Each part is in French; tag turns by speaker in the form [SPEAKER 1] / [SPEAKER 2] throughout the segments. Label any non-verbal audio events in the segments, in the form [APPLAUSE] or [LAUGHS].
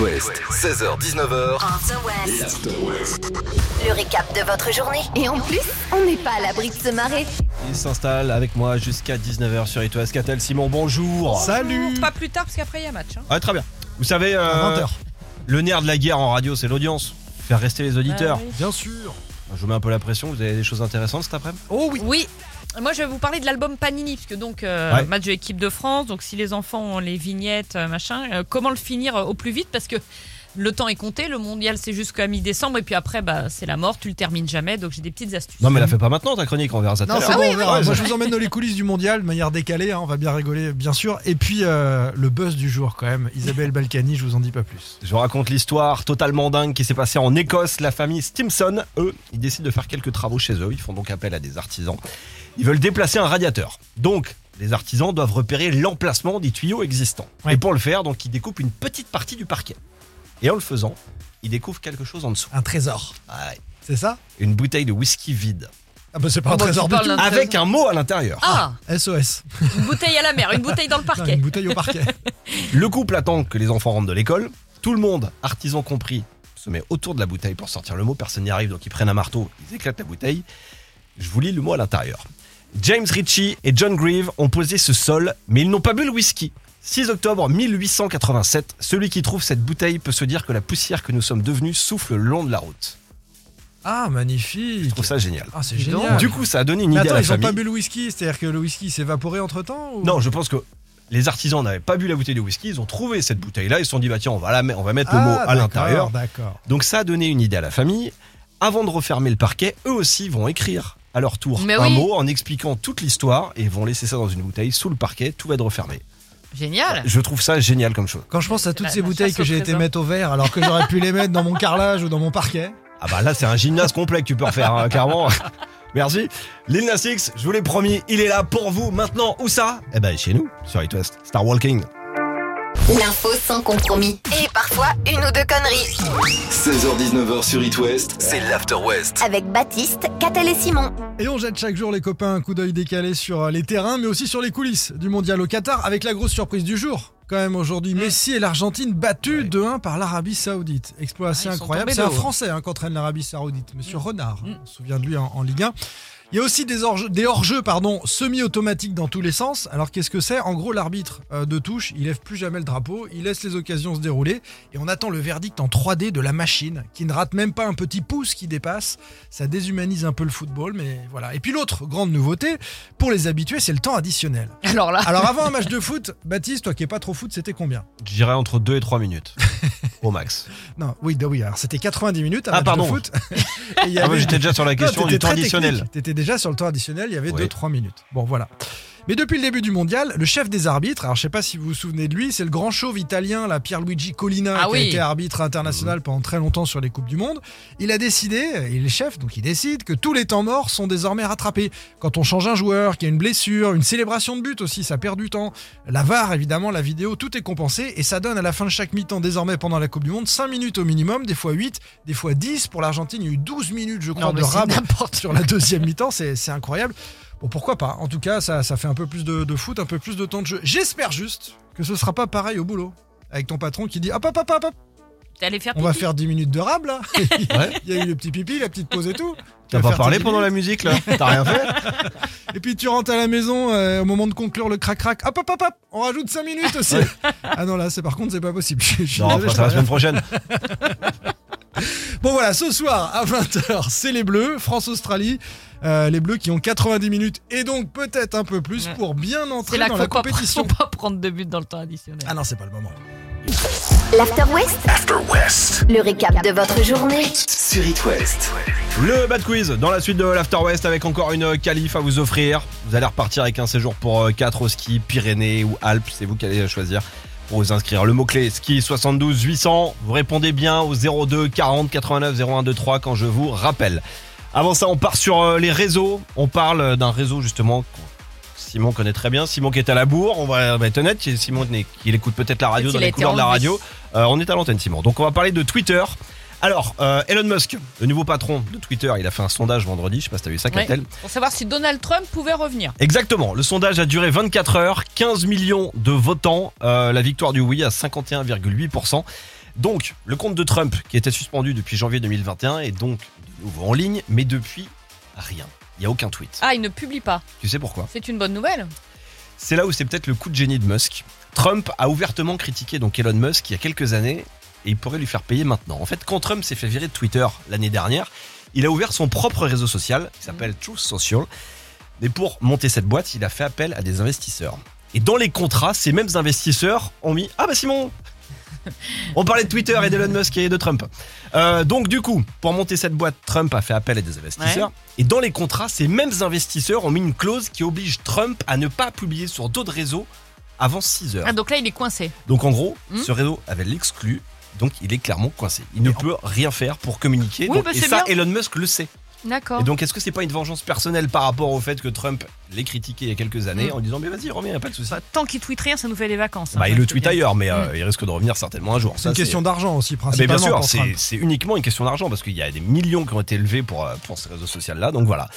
[SPEAKER 1] West, 16h-19h,
[SPEAKER 2] After West.
[SPEAKER 1] l'After West.
[SPEAKER 2] Le récap de votre journée. Et en plus, on n'est pas à l'abri de se marrer.
[SPEAKER 3] Il s'installe avec moi jusqu'à 19h sur It West. Catel Simon, bonjour.
[SPEAKER 4] Salut Pas plus tard parce qu'après il y a match. hein.
[SPEAKER 3] Ouais, très bien. Vous savez, euh,
[SPEAKER 4] À 20h.
[SPEAKER 3] le nerf de la guerre en radio, c'est l'audience. Faire rester
[SPEAKER 5] Bah
[SPEAKER 3] les auditeurs.
[SPEAKER 4] Ah oui.
[SPEAKER 5] Bien sûr.
[SPEAKER 3] Je vous mets un peu la pression, vous avez des choses intéressantes cet après-midi
[SPEAKER 5] Oh oui.
[SPEAKER 4] Oui. Moi je vais vous parler de l'album Panini parce que donc euh,
[SPEAKER 3] Ouais.
[SPEAKER 4] match de l'équipe de France. Donc si les enfants ont les vignettes euh, machin, euh, comment le finir euh, au plus vite parce que le temps est compté. Le mondial c'est jusqu'à mi-décembre et puis après bah c'est la mort. Tu le termines jamais. Donc j'ai des petites astuces. Ah
[SPEAKER 3] Non, mais la fais pas maintenant ta chronique, on verra ça tout à
[SPEAKER 5] Mmh. Non,
[SPEAKER 3] l'heure.
[SPEAKER 5] c'est bon,
[SPEAKER 4] oui,
[SPEAKER 5] on verra. Moi, je vous emmène dans les coulisses du mondial de manière décalée. hein, on va bien rigoler, bien sûr. Et puis, euh, le buzz du jour, quand même. Isabelle Balkany, je vous en dis pas plus.
[SPEAKER 3] Je vous raconte l'histoire totalement dingue qui s'est passée en Écosse. La famille Stimson, eux, ils décident de faire quelques travaux chez eux. Ils font donc appel à des artisans. Ils veulent déplacer un radiateur. Donc, les artisans doivent repérer l'emplacement des tuyaux existants.
[SPEAKER 5] Ouais.
[SPEAKER 3] Et pour le faire, donc, ils découpent une petite partie du parquet. Et en le faisant, ils découvrent quelque chose en dessous.
[SPEAKER 5] Un trésor.
[SPEAKER 3] Ouais.
[SPEAKER 5] C'est ça
[SPEAKER 3] Une bouteille de whisky vide.
[SPEAKER 5] Ah, bah, c'est pas un
[SPEAKER 4] Moi, tu
[SPEAKER 5] trésor du
[SPEAKER 4] parles
[SPEAKER 5] tout.
[SPEAKER 4] d'un-
[SPEAKER 3] Avec un mot à l'intérieur.
[SPEAKER 4] Ah,
[SPEAKER 5] SOS.
[SPEAKER 4] une bouteille à la mer, une bouteille dans le
[SPEAKER 5] Non,
[SPEAKER 4] parquet.
[SPEAKER 5] une bouteille au
[SPEAKER 4] [LAUGHS]
[SPEAKER 5] parquet.
[SPEAKER 3] Le couple attend que les enfants rentrent de l'école. Tout le monde, artisan compris, se met autour de la bouteille pour sortir le mot. Personne n'y arrive, donc ils prennent un marteau, ils éclatent la bouteille. Je vous lis le mot à l'intérieur. James Ritchie et John Grieve ont posé ce sol, mais ils n'ont pas bu le whisky. 6 octobre 1887, celui qui trouve cette bouteille peut se dire que la poussière que nous sommes devenus souffle le long de la route.
[SPEAKER 5] Ah, magnifique.
[SPEAKER 3] Je trouve ça génial.
[SPEAKER 5] Ah, c'est
[SPEAKER 4] Dis donc.
[SPEAKER 5] génial.
[SPEAKER 3] Du coup, ça a donné une
[SPEAKER 5] Mais
[SPEAKER 3] idée
[SPEAKER 5] attends,
[SPEAKER 3] à la
[SPEAKER 5] ils ont
[SPEAKER 3] famille.
[SPEAKER 5] pas bu le whisky. C'est-à-dire que le whisky s'est évaporé entre temps
[SPEAKER 3] Non, je pense que les artisans n'avaient pas bu la bouteille de whisky, ils ont trouvé cette bouteille-là, ils se sont dit, bah tiens, on va, la met- on va mettre le
[SPEAKER 5] Ah,
[SPEAKER 3] mot à l'intérieur.
[SPEAKER 5] D'accord.
[SPEAKER 3] Donc ça a donné une idée à la famille. Avant de refermer le parquet, eux aussi vont écrire à leur tour
[SPEAKER 4] Mais
[SPEAKER 3] un
[SPEAKER 4] oui.
[SPEAKER 3] mot en expliquant toute l'histoire et vont laisser ça dans une bouteille sous le parquet, tout va être refermé.
[SPEAKER 4] Génial.
[SPEAKER 3] Je trouve ça génial comme chose.
[SPEAKER 5] Quand je pense à toutes
[SPEAKER 4] la-
[SPEAKER 5] ces
[SPEAKER 4] la
[SPEAKER 5] bouteilles
[SPEAKER 4] chasse
[SPEAKER 5] que
[SPEAKER 4] bah, au
[SPEAKER 5] j'ai été
[SPEAKER 4] trésor.
[SPEAKER 5] mettre au verre alors que j'aurais pu les mettre dans mon carrelage ou dans mon parquet.
[SPEAKER 3] Ah bah là c'est un gymnase complet que tu peux refaire, hein,
[SPEAKER 4] [LAUGHS]
[SPEAKER 3] clairement. Merci. Lil Nas X, je vous l'ai promis, il est là pour vous maintenant. Où ça Eh ben chez nous, sur It West, Star Walking.
[SPEAKER 2] L'info sans compromis. Et parfois, une ou deux conneries.
[SPEAKER 1] 16h-19h sur It West, c'est l'After West.
[SPEAKER 2] Avec Baptiste, Catel et Simon.
[SPEAKER 5] Et on jette chaque jour, les copains, un coup d'œil décalé sur euh, les terrains, mais aussi sur les coulisses du mondial au Qatar, avec la grosse surprise du jour. Quand même,
[SPEAKER 4] Mm.
[SPEAKER 5] aujourd'hui, Messi et l'Argentine battus 2-1 par l'Arabie Saoudite. Exploit assez
[SPEAKER 4] Ah, ils sont
[SPEAKER 5] incroyable.
[SPEAKER 4] tombés
[SPEAKER 5] C'est
[SPEAKER 4] de
[SPEAKER 5] un
[SPEAKER 4] haut. Mm.
[SPEAKER 5] Français hein, qu'entraîne l'Arabie Saoudite, Monsieur Renard. hein, on se souvient de lui en, en Ligue 1. Il y a aussi des hors-jeux des hors-jeux, pardon, semi-automatiques dans tous les sens. Alors qu'est-ce que c'est En gros, l'arbitre euh, de touche, il lève plus jamais le drapeau, il laisse les occasions se dérouler et on attend le verdict en 3D de la machine qui ne rate même pas un petit pouce qui dépasse. Ça déshumanise un peu le football, mais voilà. Et puis l'autre grande nouveauté, pour les habitués, c'est le temps additionnel.
[SPEAKER 4] Alors là,
[SPEAKER 5] Alors avant un match de foot, Baptiste, toi qui n'es pas trop foot, c'était combien
[SPEAKER 3] Je dirais entre 2 et 3 minutes. [LAUGHS] Au max.
[SPEAKER 5] Non, oui, bah oui, alors c'était 90 minutes, un
[SPEAKER 3] Ah,
[SPEAKER 5] match
[SPEAKER 3] pardon.
[SPEAKER 5] de foot. [LAUGHS] Et il y
[SPEAKER 3] Ah ouais,
[SPEAKER 5] avait-
[SPEAKER 3] J'étais déjà sur la
[SPEAKER 5] Non,
[SPEAKER 3] question
[SPEAKER 5] t'étais
[SPEAKER 3] du temps
[SPEAKER 5] très
[SPEAKER 3] additionnel.
[SPEAKER 5] technique. T'étais déjà sur le temps additionnel, il y avait
[SPEAKER 3] Oui.
[SPEAKER 5] 2-3 minutes. Bon, voilà. Mais depuis le début du mondial, le chef des arbitres, alors je sais pas si vous vous souvenez de lui, c'est le grand chauve italien, la Pierluigi Collina,
[SPEAKER 4] Ah
[SPEAKER 5] qui a
[SPEAKER 4] oui.
[SPEAKER 5] été arbitre
[SPEAKER 3] Mhm.
[SPEAKER 5] international pendant très longtemps sur les Coupes du Monde. Il a décidé, il est chef, donc il décide que tous les temps morts sont désormais rattrapés. Quand on change un joueur, qu'il y a une blessure, une célébration de but aussi, ça perd du temps. La VAR, évidemment, la vidéo, tout est compensé et ça donne à la fin de chaque mi-temps, désormais pendant la Coupe du Monde, 5 minutes au minimum, des fois 8, des fois 10. Pour l'Argentine, il y a eu 12 minutes, je crois,
[SPEAKER 4] non,
[SPEAKER 5] de
[SPEAKER 4] mais c'est
[SPEAKER 5] rab [LAUGHS]
[SPEAKER 4] n'importe
[SPEAKER 5] sur la deuxième mi-temps, c'est c'est incroyable. Bon, pourquoi pas En tout cas, ça, ça fait un peu plus de, de foot, un peu plus de temps de jeu. J'espère juste que ce sera pas pareil au boulot. Avec ton patron qui dit ah, Hop, hop, hop, hop, hop,
[SPEAKER 4] T'es allé faire
[SPEAKER 3] [LAUGHS]
[SPEAKER 5] on va
[SPEAKER 4] pipi.
[SPEAKER 5] faire 10 minutes de rab là.
[SPEAKER 3] Ouais.
[SPEAKER 5] [LAUGHS] Il y a eu le petit pipi, la petite pause et tout.
[SPEAKER 3] T'as
[SPEAKER 5] Tu vas
[SPEAKER 3] pas
[SPEAKER 5] faire
[SPEAKER 3] parlé
[SPEAKER 5] 10
[SPEAKER 3] pendant la musique là T'as rien fait
[SPEAKER 5] Et puis tu rentres à la maison euh, au moment de conclure le crac-crac. Hop, hop, hop, hop, on rajoute 5 minutes aussi. ah non, là, c'est par contre, c'est pas possible. [LAUGHS] Je suis
[SPEAKER 3] Non,
[SPEAKER 5] désolé,
[SPEAKER 3] enfin,
[SPEAKER 5] je
[SPEAKER 3] c'est la
[SPEAKER 5] peux rien
[SPEAKER 3] semaine prochaine.
[SPEAKER 5] Bon voilà, ce soir à 20h, c'est les Bleus, France-Australie. Euh, les Bleus qui ont 90 minutes et donc peut-être un peu plus
[SPEAKER 4] Ouais.
[SPEAKER 5] pour bien entrer
[SPEAKER 4] C'est là
[SPEAKER 5] dans
[SPEAKER 4] qu'il
[SPEAKER 5] la
[SPEAKER 4] faut pas,
[SPEAKER 5] compétition.
[SPEAKER 4] [LAUGHS] faut pas prendre de but dans le temps additionnel.
[SPEAKER 5] Ah non, c'est pas le moment.
[SPEAKER 2] L'After West.
[SPEAKER 1] After West,
[SPEAKER 2] Le récap de votre journée.
[SPEAKER 1] sur It West.
[SPEAKER 3] Le Bad Quiz dans la suite de l'After West avec encore une euh, qualif à vous offrir. Vous allez repartir avec un séjour pour 4 au ski, Pyrénées ou Alpes, c'est vous qui allez choisir pour vous inscrire. Le mot-clé ski 72 800, vous répondez bien au 02 40 89 01 23 quand je vous rappelle. Avant ça, on part sur euh, les réseaux. On parle euh, d'un réseau justement que Simon connaît très bien. Simon qui est à la bourre, on va, on va être honnête. Simon, il écoute peut-être la radio dans
[SPEAKER 4] Peut-être qu'il a
[SPEAKER 3] les
[SPEAKER 4] été
[SPEAKER 3] couleurs de la
[SPEAKER 4] enlevé.
[SPEAKER 3] radio. Euh, on est à l'antenne, Simon. Donc on va parler de Twitter Alors, euh, Elon Musk, le nouveau patron de Twitter, il a fait un sondage vendredi, je sais pas si t'as vu ça, Captel.
[SPEAKER 4] Ouais. Pour savoir si Donald Trump pouvait revenir.
[SPEAKER 3] Exactement, le sondage a duré 24 heures, 15 millions de votants, euh, la victoire du oui à 51,8%. Donc, le compte de Trump, qui était suspendu depuis janvier 2021, est donc de nouveau en ligne, mais depuis, rien. Il n'y a aucun tweet.
[SPEAKER 4] Ah, il ne publie pas.
[SPEAKER 3] Tu sais pourquoi
[SPEAKER 4] C'est une bonne nouvelle.
[SPEAKER 3] C'est là où c'est peut-être le coup de génie de Musk. Trump a ouvertement critiqué donc Elon Musk il y a quelques années et il pourrait lui faire payer maintenant. En fait, quand Trump s'est fait virer de Twitter l'année dernière, il a ouvert son propre réseau social qui s'appelle Truth Social. Mais pour monter cette boîte, il a fait appel à des investisseurs. Et dans les contrats, ces mêmes investisseurs ont mis Ah bah Simon on parlait de Twitter et d'Elon Musk et de Trump. Euh, donc du coup, pour monter cette boîte, Trump a fait appel à des investisseurs. Et dans les contrats, ces mêmes investisseurs ont mis une clause qui oblige Trump à ne pas publier sur d'autres réseaux avant 6 heures.
[SPEAKER 4] Ah, donc là, il est coincé.
[SPEAKER 3] Donc en gros,
[SPEAKER 4] Hmm.
[SPEAKER 3] ce réseau avait l'exclu. Donc il est clairement coincé. Il ne peut rien faire pour communiquer.
[SPEAKER 4] Oui,
[SPEAKER 3] donc-
[SPEAKER 4] bah,
[SPEAKER 3] et
[SPEAKER 4] c'est
[SPEAKER 3] ça,
[SPEAKER 4] bien.
[SPEAKER 3] Elon Musk le sait.
[SPEAKER 4] D'accord.
[SPEAKER 3] Et donc est-ce que c'est pas une vengeance personnelle par rapport au fait que Trump l'ait critiqué il y a quelques années
[SPEAKER 4] Hmm.
[SPEAKER 3] en disant mais vas-y reviens, y a pas de souci.
[SPEAKER 4] Bah, tant qu'il tweet rien, ça nous fait des vacances. hein,
[SPEAKER 3] Bah, il
[SPEAKER 4] je
[SPEAKER 3] le
[SPEAKER 4] te
[SPEAKER 3] tweet
[SPEAKER 4] dis.
[SPEAKER 3] ailleurs, mais
[SPEAKER 4] Hmm.
[SPEAKER 3] euh, il risque de revenir certainement un jour.
[SPEAKER 5] C'est une
[SPEAKER 3] Ça,
[SPEAKER 5] question d'argent aussi,
[SPEAKER 3] Ah, mais
[SPEAKER 5] principalement.
[SPEAKER 3] bien sûr,
[SPEAKER 5] pour
[SPEAKER 3] c'est
[SPEAKER 5] Trump.
[SPEAKER 3] c'est uniquement une question d'argent parce qu'il y a des millions qui ont été élevés pour, euh, pour ce réseau social-là, donc voilà.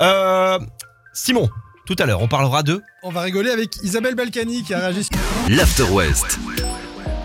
[SPEAKER 3] Euh, Simon, tout à l'heure, on parlera de.
[SPEAKER 5] On va rigoler avec Isabelle Balkany qui a réagi sur-
[SPEAKER 1] L'After West,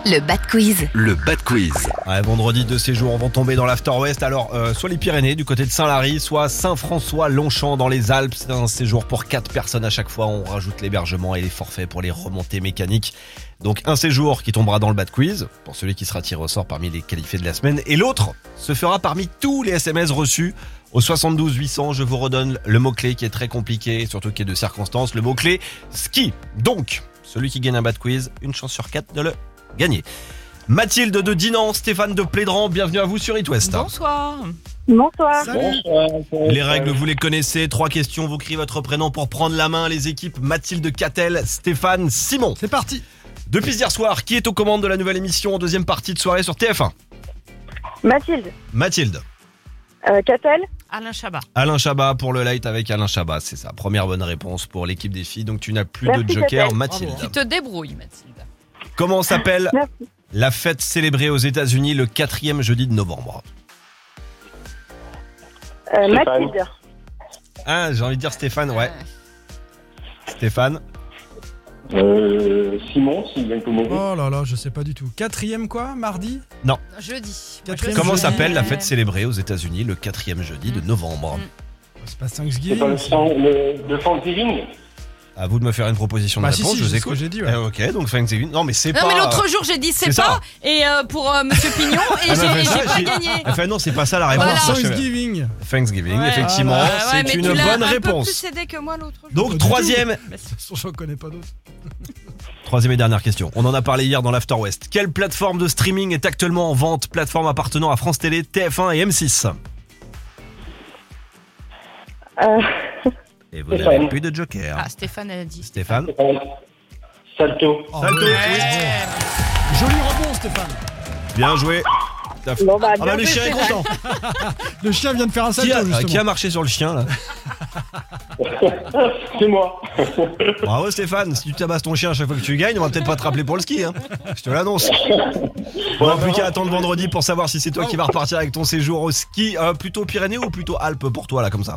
[SPEAKER 2] Le Bad Quiz.
[SPEAKER 1] le Bad Quiz.
[SPEAKER 3] Ouais, vendredi de ces jours, on va tomber dans l'After West. Alors, euh, soit les Pyrénées du côté de Saint-Lary, soit Saint-François-Longchamp dans les Alpes. C'est un séjour pour quatre personnes à chaque fois. On rajoute l'hébergement et les forfaits pour les remontées mécaniques. Donc, un séjour qui tombera dans le bas de quiz pour celui qui sera tiré au sort parmi les qualifiés de la semaine. Et l'autre se fera parmi tous les SMS reçus au 72 800. Je vous redonne le mot-clé qui est très compliqué, surtout qui est de circonstance. Le mot-clé ski. Donc, celui qui gagne un bas de quiz, une chance sur quatre de le gagner. Mathilde de Dinan, Stéphane de Plédran, bienvenue à vous sur It West.
[SPEAKER 4] Bonsoir.
[SPEAKER 6] Bonsoir.
[SPEAKER 5] Salut
[SPEAKER 3] Les règles, vous les connaissez. Trois questions, vous criez votre prénom pour prendre la main. Les équipes Mathilde Cattel, Stéphane, Simon.
[SPEAKER 5] C'est parti
[SPEAKER 3] Depuis hier soir, qui est aux commandes de la nouvelle émission en deuxième partie de soirée sur TF1
[SPEAKER 6] Mathilde.
[SPEAKER 3] Mathilde.
[SPEAKER 6] Euh, Catel.
[SPEAKER 4] Alain Chabat.
[SPEAKER 3] Alain Chabat pour le light avec Alain Chabat, c'est ça. Première bonne réponse pour l'équipe des filles. Donc tu n'as plus de
[SPEAKER 6] Merci,
[SPEAKER 3] joker,
[SPEAKER 6] Cattel.
[SPEAKER 3] Mathilde.
[SPEAKER 4] Tu te débrouilles, Mathilde.
[SPEAKER 3] Comment s'appelle
[SPEAKER 6] Merci.
[SPEAKER 3] la fête célébrée aux États-Unis le quatrième jeudi de novembre
[SPEAKER 6] Euh,
[SPEAKER 7] Stéphane.
[SPEAKER 6] Mathilde.
[SPEAKER 3] Ah, j'ai envie de dire Stéphane, ouais.
[SPEAKER 4] Euh,
[SPEAKER 3] Stéphane.
[SPEAKER 7] Euh, Simon, Sylvain Pomoro.
[SPEAKER 5] Oh là là, je sais pas du tout. Quatrième quoi Mardi
[SPEAKER 4] Euh, jeudi.
[SPEAKER 5] Quatrième
[SPEAKER 3] Comment
[SPEAKER 5] jeudi.
[SPEAKER 3] s'appelle la fête célébrée aux États-Unis le quatrième jeudi de
[SPEAKER 4] Mm.
[SPEAKER 3] novembre
[SPEAKER 5] Oh, C'est pas
[SPEAKER 7] C'est pas
[SPEAKER 3] Oh,
[SPEAKER 5] Thanksgiving
[SPEAKER 7] le sang, le, le Thanksgiving
[SPEAKER 3] À vous de me faire une proposition de
[SPEAKER 5] Bah si,
[SPEAKER 3] réponse,
[SPEAKER 5] si,
[SPEAKER 3] je vous
[SPEAKER 5] c'est ce que
[SPEAKER 3] écoute.
[SPEAKER 5] j'ai dit. ouais.
[SPEAKER 3] Eh, ok, donc Thanksgiving. Non, mais c'est
[SPEAKER 4] Non,
[SPEAKER 3] pas.
[SPEAKER 4] mais l'autre jour, j'ai dit c'est
[SPEAKER 3] c'est
[SPEAKER 4] pas. Et euh, pour euh, Monsieur Pignon, et
[SPEAKER 3] Elle m'a fait
[SPEAKER 4] j'ai- j'ai
[SPEAKER 3] ça,
[SPEAKER 4] pas
[SPEAKER 3] j'ai- Ah,
[SPEAKER 4] gagné.
[SPEAKER 3] Enfin, non, Ah, c'est pas ça la réponse.
[SPEAKER 4] Voilà.
[SPEAKER 3] Je sais pas.
[SPEAKER 5] Thanksgiving
[SPEAKER 3] Thanksgiving,
[SPEAKER 4] Ouais.
[SPEAKER 3] effectivement,
[SPEAKER 4] Ah, ouais, mais
[SPEAKER 3] c'est
[SPEAKER 4] tu
[SPEAKER 3] une
[SPEAKER 4] l'as
[SPEAKER 3] bonne
[SPEAKER 4] un peu
[SPEAKER 3] réponse.
[SPEAKER 4] plus aidé que moi l'autre jour. Bah,
[SPEAKER 5] Pas
[SPEAKER 3] Donc,
[SPEAKER 5] du
[SPEAKER 3] troisième,
[SPEAKER 5] Je connais pas d'autres.
[SPEAKER 3] troisième et dernière question. On en a parlé hier dans l'After West. Quelle plateforme de streaming est actuellement en vente Plateforme appartenant à France Télé, TF1 et M6
[SPEAKER 6] Euh,
[SPEAKER 3] Et vous
[SPEAKER 7] Stéphane.
[SPEAKER 3] n'avez plus de joker.
[SPEAKER 4] Ah, Stéphane, elle a dit.
[SPEAKER 3] Stéphane
[SPEAKER 7] Euh, Salto.
[SPEAKER 5] Oh,
[SPEAKER 3] Salto.
[SPEAKER 5] ouais.
[SPEAKER 4] Ouais.
[SPEAKER 5] Joli rebond, Stéphane
[SPEAKER 3] Bien joué. T'as fait-
[SPEAKER 6] bon, bah,
[SPEAKER 3] Ah bah
[SPEAKER 6] bien
[SPEAKER 3] le
[SPEAKER 6] fait,
[SPEAKER 3] chien est
[SPEAKER 6] Stéphane.
[SPEAKER 3] content.
[SPEAKER 5] Le chien vient de faire un salto,
[SPEAKER 3] Qui a, euh,
[SPEAKER 5] justement.
[SPEAKER 3] qui a marché sur le chien là
[SPEAKER 7] C'est moi. [LAUGHS]
[SPEAKER 3] Bravo Stéphane, si tu tabasses ton chien à chaque fois que tu gagnes, on va peut-être pas te rappeler pour le ski. Hein. Je te l'annonce. Bon, en plus qu'à attendre vendredi pour savoir si c'est toi qui vas repartir avec ton séjour au ski, euh, plutôt Pyrénées ou plutôt Alpes pour toi là comme ça.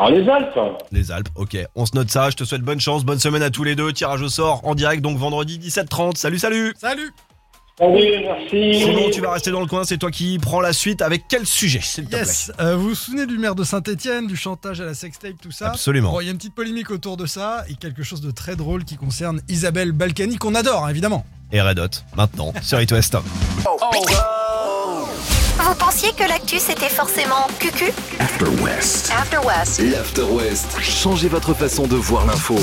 [SPEAKER 7] Ah, les Alpes.
[SPEAKER 3] Les Alpes, ok. On se note ça, je te souhaite bonne chance, bonne semaine à tous les deux. Tirage au sort en direct donc vendredi 17h30. Salut, salut
[SPEAKER 5] Salut
[SPEAKER 7] Salut, merci.
[SPEAKER 3] Simon, tu vas rester dans le coin, c'est toi qui prends la suite. Avec quel sujet, s'il te plaît
[SPEAKER 5] Yes Euh, Vous vous souvenez du maire de Saint-Etienne, du chantage à la sextape, tout ça
[SPEAKER 3] Absolument.
[SPEAKER 5] Bon, il y a une petite polémique autour de ça et quelque chose de très drôle qui concerne Isabelle Balkany qu'on adore hein, évidemment.
[SPEAKER 3] Et Red Hot, maintenant, sur It West.
[SPEAKER 2] Vous pensiez que l'actu c'était forcément cucu
[SPEAKER 1] After West.
[SPEAKER 2] After West.
[SPEAKER 1] L'After West. Changez votre façon de voir l'info.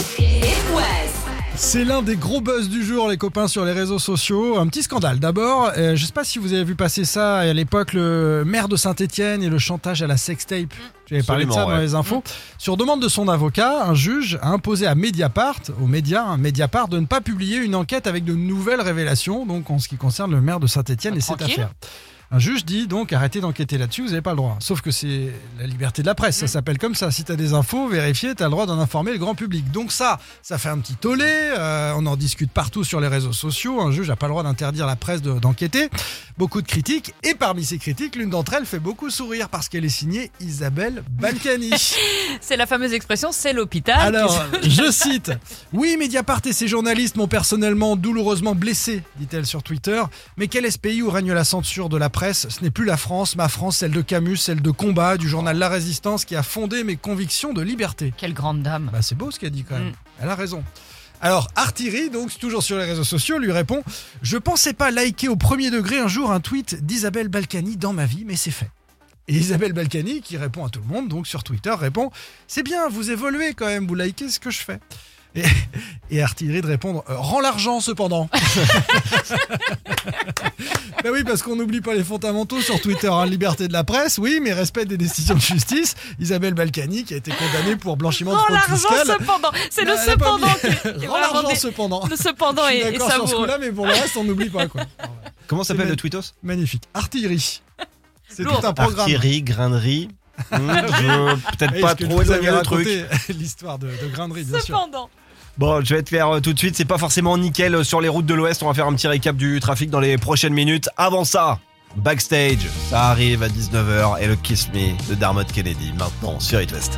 [SPEAKER 5] C'est l'un des gros buzz du jour les copains sur les réseaux sociaux. Un petit scandale d'abord. euh, je sais pas si vous avez vu passer ça à l'époque le maire de Saint-Étienne et le chantage à la sextape. J'avais parlé de ça
[SPEAKER 3] Absolument,
[SPEAKER 5] dans
[SPEAKER 3] ouais.
[SPEAKER 5] les infos. Sur demande de son avocat, un juge a imposé à Mediapart, aux médias, hein, Mediapart de ne pas publier une enquête avec de nouvelles révélations donc en ce qui concerne le maire de Saint-Étienne
[SPEAKER 4] Ah,
[SPEAKER 5] et cette
[SPEAKER 4] tranquille.
[SPEAKER 5] affaire. Un juge dit donc arrêtez d'enquêter là-dessus, vous n'avez pas le droit. Sauf que c'est la liberté de la presse, ça s'appelle comme ça. Si tu as des infos, vérifiez, tu as le droit d'en informer le grand public. Donc ça, ça fait un petit tollé, euh, on en discute partout sur les réseaux sociaux, un juge n'a pas le droit d'interdire la presse de- d'enquêter. beaucoup de critiques. Et parmi ces critiques, l'une d'entre elles fait beaucoup sourire parce qu'elle est signée Isabelle Balkany.
[SPEAKER 4] C'est la fameuse expression, c'est l'hôpital.
[SPEAKER 5] Alors, [LAUGHS] je cite Oui, Mediapart et ses journalistes m'ont personnellement douloureusement blessé, dit-elle sur Twitter. Mais quel est ce pays où règne la censure de la presse Ce n'est plus la France, ma France, celle de Camus, celle de combat, du journal La Résistance qui a fondé mes convictions de liberté.
[SPEAKER 4] Quelle grande dame.
[SPEAKER 5] Bah, c'est beau ce qu'elle dit quand même.
[SPEAKER 4] Mm.
[SPEAKER 5] Elle a raison. Alors, Artillery, donc toujours sur les réseaux sociaux, lui répond Je pensais pas liker au premier degré un jour un tweet d'Isabelle Balkany dans ma vie, mais c'est fait. Et Isabelle Balkany, qui répond à tout le monde, donc sur Twitter, répond C'est bien, vous évoluez quand même, vous likez ce que je fais. Et, et Artillery de répondre Euh, Rends l'argent cependant. [LAUGHS] ben oui, parce qu'on n'oublie pas les fondamentaux sur Twitter hein. liberté de la presse, oui, mais respect des décisions de justice. Isabelle Balkany, qui a été condamnée pour blanchiment de
[SPEAKER 4] Rends
[SPEAKER 5] fraude
[SPEAKER 4] Oh, l'argent
[SPEAKER 5] fiscale.
[SPEAKER 4] cependant. C'est
[SPEAKER 5] Non,
[SPEAKER 4] le
[SPEAKER 5] elle a pas
[SPEAKER 4] cependant qui
[SPEAKER 5] mis. [LAUGHS]
[SPEAKER 4] qui
[SPEAKER 5] Rends
[SPEAKER 4] va
[SPEAKER 5] l'argent
[SPEAKER 4] rendre-
[SPEAKER 5] cependant.
[SPEAKER 4] Le cependant
[SPEAKER 5] Je suis
[SPEAKER 4] et, et
[SPEAKER 5] d'accord sur ce
[SPEAKER 4] savoureux.
[SPEAKER 5] coup-là, mais pour le reste, on n'oublie pas.
[SPEAKER 4] [LAUGHS]
[SPEAKER 5] Quoi. Alors, ouais.
[SPEAKER 3] Comment s'appelle
[SPEAKER 5] C'est
[SPEAKER 3] le tweetos
[SPEAKER 5] Magnifique. Artillerie. C'est tout
[SPEAKER 4] Lourd.
[SPEAKER 5] un programme.
[SPEAKER 3] Artillerie, grainerie. Hmm, je- Peut-être
[SPEAKER 5] Oui,
[SPEAKER 3] pas
[SPEAKER 5] parce Ah, que je
[SPEAKER 3] trop
[SPEAKER 5] vous
[SPEAKER 3] éloigné
[SPEAKER 5] avais
[SPEAKER 3] le truc.
[SPEAKER 5] raconté [LAUGHS] L'histoire de, de Grindry, bien sûr.
[SPEAKER 4] Cependant.
[SPEAKER 3] Bon, je vais te faire euh, tout de suite. C'est pas forcément nickel euh, sur les routes de l'Ouest. On va faire un petit récap du trafic dans les prochaines minutes. Avant ça, backstage, ça arrive à 19h et le Kiss Me de Darmot Kennedy maintenant sur It West.